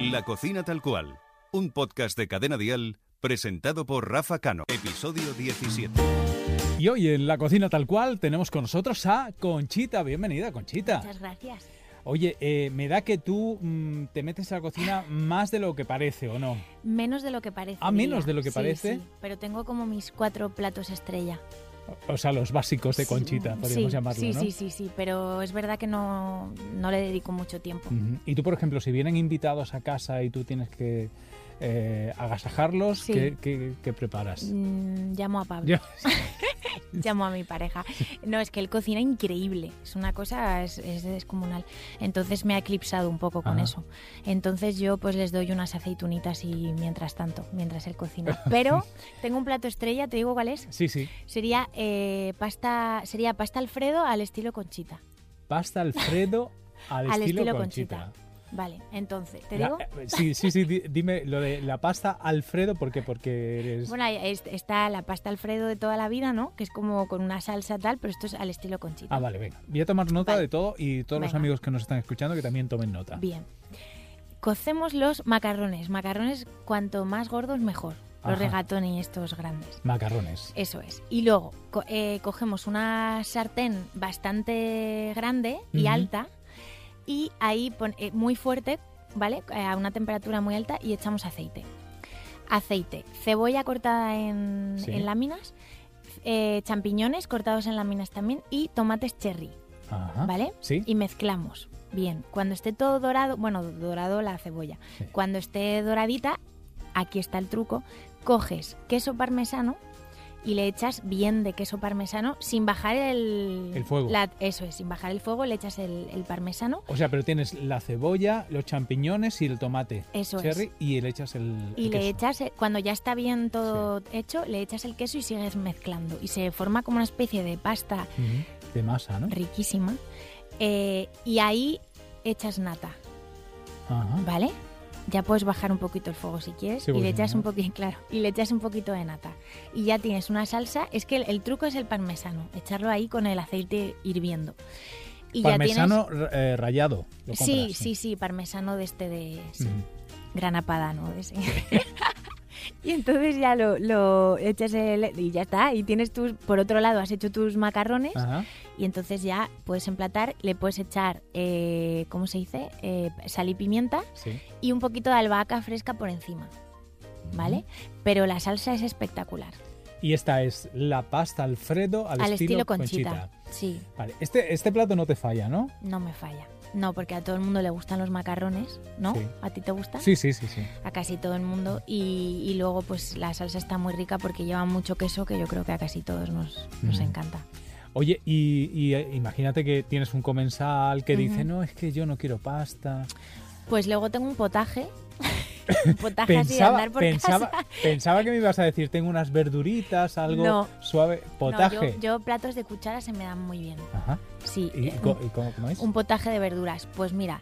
La cocina tal cual. Un podcast de Cadena Dial presentado por Rafa Cano. Episodio 17. Y hoy en La Cocina Tal Cual tenemos con nosotros a Conchita. Bienvenida, Conchita. Muchas gracias. Oye, eh, me da que tú mm, te metes a la cocina más de lo que parece, ¿o no? Menos de lo que parece. Ah, menos de lo que Sí, parece. sí, pero tengo como mis cuatro platos estrella. O sea, los básicos de Conchita, Sí, podríamos sí, llamarlo, sí, ¿no? Sí, sí, sí, pero es verdad que no, no le dedico mucho tiempo. Ujú. Y tú, por ejemplo, si vienen invitados a casa y tú tienes que eh, agasajarlos, Sí. ¿qué, qué- qué preparas? Mm, llamo a Pablo, Ya. llamo a mi pareja. No, es que él cocina increíble, es una cosa, es, es descomunal. Entonces me ha eclipsado un poco con Ah. eso. Entonces yo pues les doy unas aceitunitas y mientras tanto, mientras él cocina. Pero tengo un plato estrella, te digo cuál es. Sí, sí. Sería eh, pasta, sería pasta Alfredo al estilo Conchita. Pasta Alfredo al, Al estilo, estilo Conchita. Vale, entonces, ¿te La- digo? eh, sí, sí, sí. di- Dime lo de la pasta Alfredo, ¿por qué? Porque eres... Bueno, ahí es- está la pasta Alfredo de toda la vida, ¿no? Que es como con una salsa tal, pero esto es al estilo Conchita. Ah, vale, venga. Voy a tomar nota Vale. de todo y todos los Venga. amigos que nos están escuchando que también tomen nota. Bien. Cocemos los macarrones. Macarrones cuanto más gordos mejor. Ajá. Los regatones y estos grandes. Macarrones. Eso es. Y luego co- eh, cogemos una sartén bastante grande y Ujú. alta y ahí pon- eh, muy fuerte, ¿vale? Eh, A una temperatura muy alta y echamos aceite. Aceite, cebolla cortada en, Sí. en láminas, eh, champiñones cortados en láminas también y tomates cherry, Ajá. ¿vale? Sí. Y mezclamos. Bien, cuando esté todo dorado, bueno, dorado la cebolla, Sí. cuando esté doradita, aquí está el truco, coges queso parmesano y le echas bien de queso parmesano sin bajar el... El fuego. la- eso es, sin bajar el fuego le echas el, el parmesano. O sea, pero tienes la cebolla, los champiñones y el tomate. Eso es. cherry y le echas el. Y el le queso. echas, eh, cuando ya está bien todo hecho, le echas el queso y sigues mezclando. Y se forma como una especie de pasta Ujú. De masa, ¿no? riquísima. Eh, y ahí echas nata. Ajá. ¿Vale? Ya puedes bajar un poquito el fuego si quieres Sí, y porque le si echas no- un poquito, claro, y le echas un poquito de nata. Y ya tienes una salsa, es que el, el truco es el parmesano, echarlo ahí con el aceite hirviendo. Y Parmesano r- eh, rallado. Lo ya compras, tienes Sí, sí, sí, parmesano de este de sí, Ujú. grana padano de ese. Y entonces ya lo, lo echas el- y ya está. Y tienes tus, por otro lado, has hecho tus macarrones Ajá. y entonces ya puedes emplatar, le puedes echar, eh, ¿cómo se dice? Eh, sal y pimienta Sí. y un poquito de albahaca fresca por encima, ¿vale? Pero la salsa es espectacular. Y esta es la pasta Alfredo al, Al estilo conchita. Sí, Vale. Este, este plato no te falla, ¿no? no me falla. No, porque a todo el mundo le gustan los macarrones, ¿no? Sí. ¿A ti te gustan? Sí, sí, sí, sí. A casi todo el mundo. Y, y luego, pues la salsa está muy rica porque lleva mucho queso que yo creo que a casi todos nos, nos Ujú. encanta. Oye, y, y, eh, imagínate que tienes un comensal que dice, Ujú. no, es que yo no quiero pasta. Pues luego tengo un potaje. Un potaje así de pensaba, andar por pensaba, casa. pensaba que me ibas a decir, tengo unas verduritas, algo No. suave, No, yo- potaje. yo, platos de cuchara se me dan muy bien. Ajá. Sí. ¿Y, eh, co- y cómo, cómo es? Un potaje de verduras. Pues mira,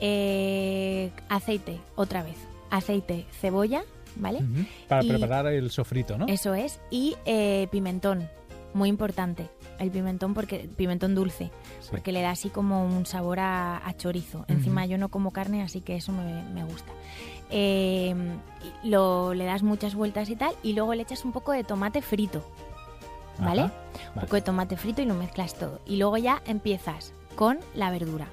eh, aceite, otra vez. Aceite, cebolla, ¿vale? Ujú. Para y- preparar el sofrito, ¿no? Eso es. Y eh, pimentón, muy importante. El pimentón, porque pimentón dulce, Sí. porque le da así como un sabor a, a chorizo. Encima yo no como carne, así que eso me, me gusta. Eh, y lo, le das muchas vueltas y tal, y luego le echas un poco de tomate frito, Ajá. ¿vale? Vale. Un poco de tomate frito y lo mezclas todo. Y luego ya empiezas con la verdura.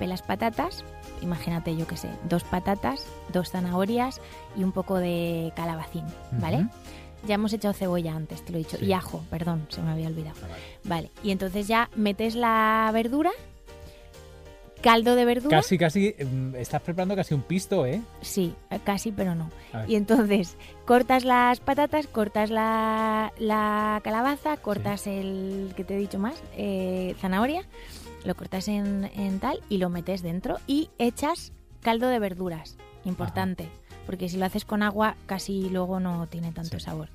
Pelas patatas, imagínate yo qué sé, dos patatas, dos zanahorias y un poco de calabacín, ¿vale? Ujú. Ya hemos echado cebolla antes, te lo he dicho, Sí. y ajo, perdón, se me había olvidado. Ah, vale. Vale, y entonces ya metes la verdura, caldo de verdura. Casi, casi, mm, estás preparando casi un pisto, ¿eh? Sí, eh, casi, pero no. A ver. Y entonces cortas las patatas, cortas la, la calabaza, cortas el que te he dicho más, eh, zanahoria, lo cortas en, en tal y lo metes dentro y echas caldo de verduras, importante, porque si lo haces con agua casi luego no tiene tanto Sí. sabor.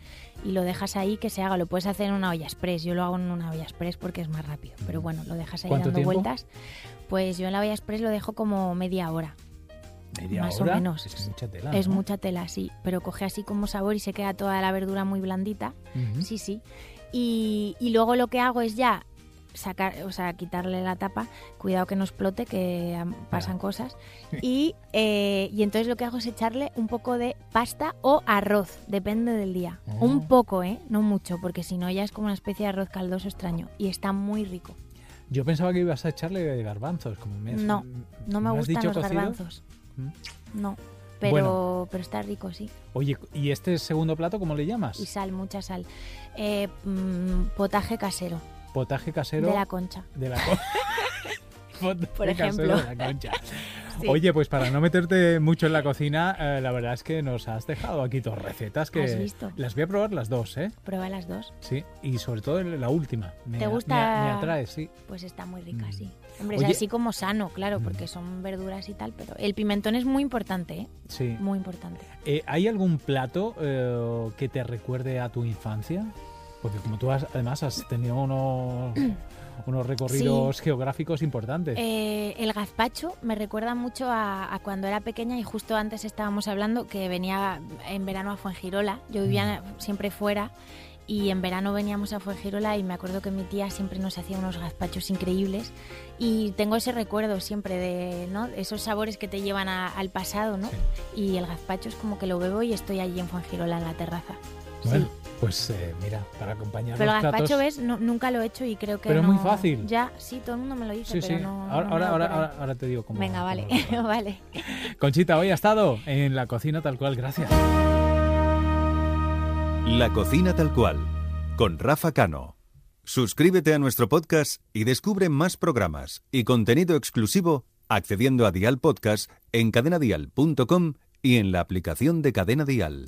Y lo dejas ahí que se haga, lo puedes hacer en una olla express, yo lo hago en una olla express porque es más rápido, pero Ujú. bueno, lo dejas ahí ¿Cuánto dando tiempo? vueltas. Pues yo en la olla express lo dejo como media hora. Media más o hora, menos. Es mucha tela. Es ¿no? mucha tela, sí, pero coge así como sabor y se queda ¿Mm? toda la verdura muy blandita. Ujú. Sí, sí. Y, y luego lo que hago es ya sacar, o sea, quitarle la tapa, cuidado que no explote, que am, pasan cosas. Y, eh, y entonces lo que hago es echarle un poco de pasta o arroz, depende del día. Oh. Un poco, ¿eh? No mucho, porque si no ya es como una especie de arroz caldoso extraño. Y está muy rico. Yo pensaba que ibas a echarle garbanzos, como me has- No, no me has gustan dicho los cocidos? garbanzos. Mm. No, pero, Bueno. pero está rico, sí. Oye, ¿y este segundo plato cómo le llamas? Y sal, mucha sal. Eh, mm, potaje casero Potaje casero de la concha. de la co- Potaje Por casero ejemplo. de la concha. Sí. Oye, pues para no meterte mucho en la cocina, eh, la verdad es que nos has dejado aquí dos recetas que ¿Has visto? las voy a probar las dos, ¿eh? Prueba las dos, Sí, y sobre todo la última. Me, ¿Te me- gusta? Me, atrae, sí. pues está muy rica, Mm. sí. Hombre, Oye- Mm. es así como sano, claro, porque son verduras y tal, pero el pimentón es muy importante, ¿eh? sí. Muy importante. Eh, ¿Hay algún plato eh, que te recuerde a tu infancia? Porque como tú has- además has tenido unos, unos recorridos geográficos importantes. Eh, el gazpacho me recuerda mucho a, a cuando era pequeña y justo antes estábamos hablando que venía en verano a Fuengirola. Yo vivía Mm. siempre fuera y en verano veníamos a Fuengirola y me acuerdo que mi tía siempre nos hacía unos gazpachos increíbles y tengo ese recuerdo siempre de ¿no? esos sabores que te llevan a- al pasado, ¿no? Sí. Y el gazpacho es como que lo bebo y estoy allí en Fuengirola en la terraza. Bueno, sí. pues eh, mira, para acompañar Pero el los platos... gazpacho, ¿ves? No- nunca lo he hecho y creo que Pero es muy no- fácil. Ya, sí, todo el mundo me lo Sí, dice, sí. pero no... ahora, no ahora, me ahora, da por ahí. ahora- ahora te digo cómo. Venga, cómo vale, lo preparo. vale. Conchita, hoy ha estado en la cocina tal cual, gracias. La cocina tal cual, con Rafa Cano. Suscríbete a nuestro podcast y descubre más programas y contenido exclusivo accediendo a Dial Podcast en cadenadial.com y en la aplicación de Cadena Dial.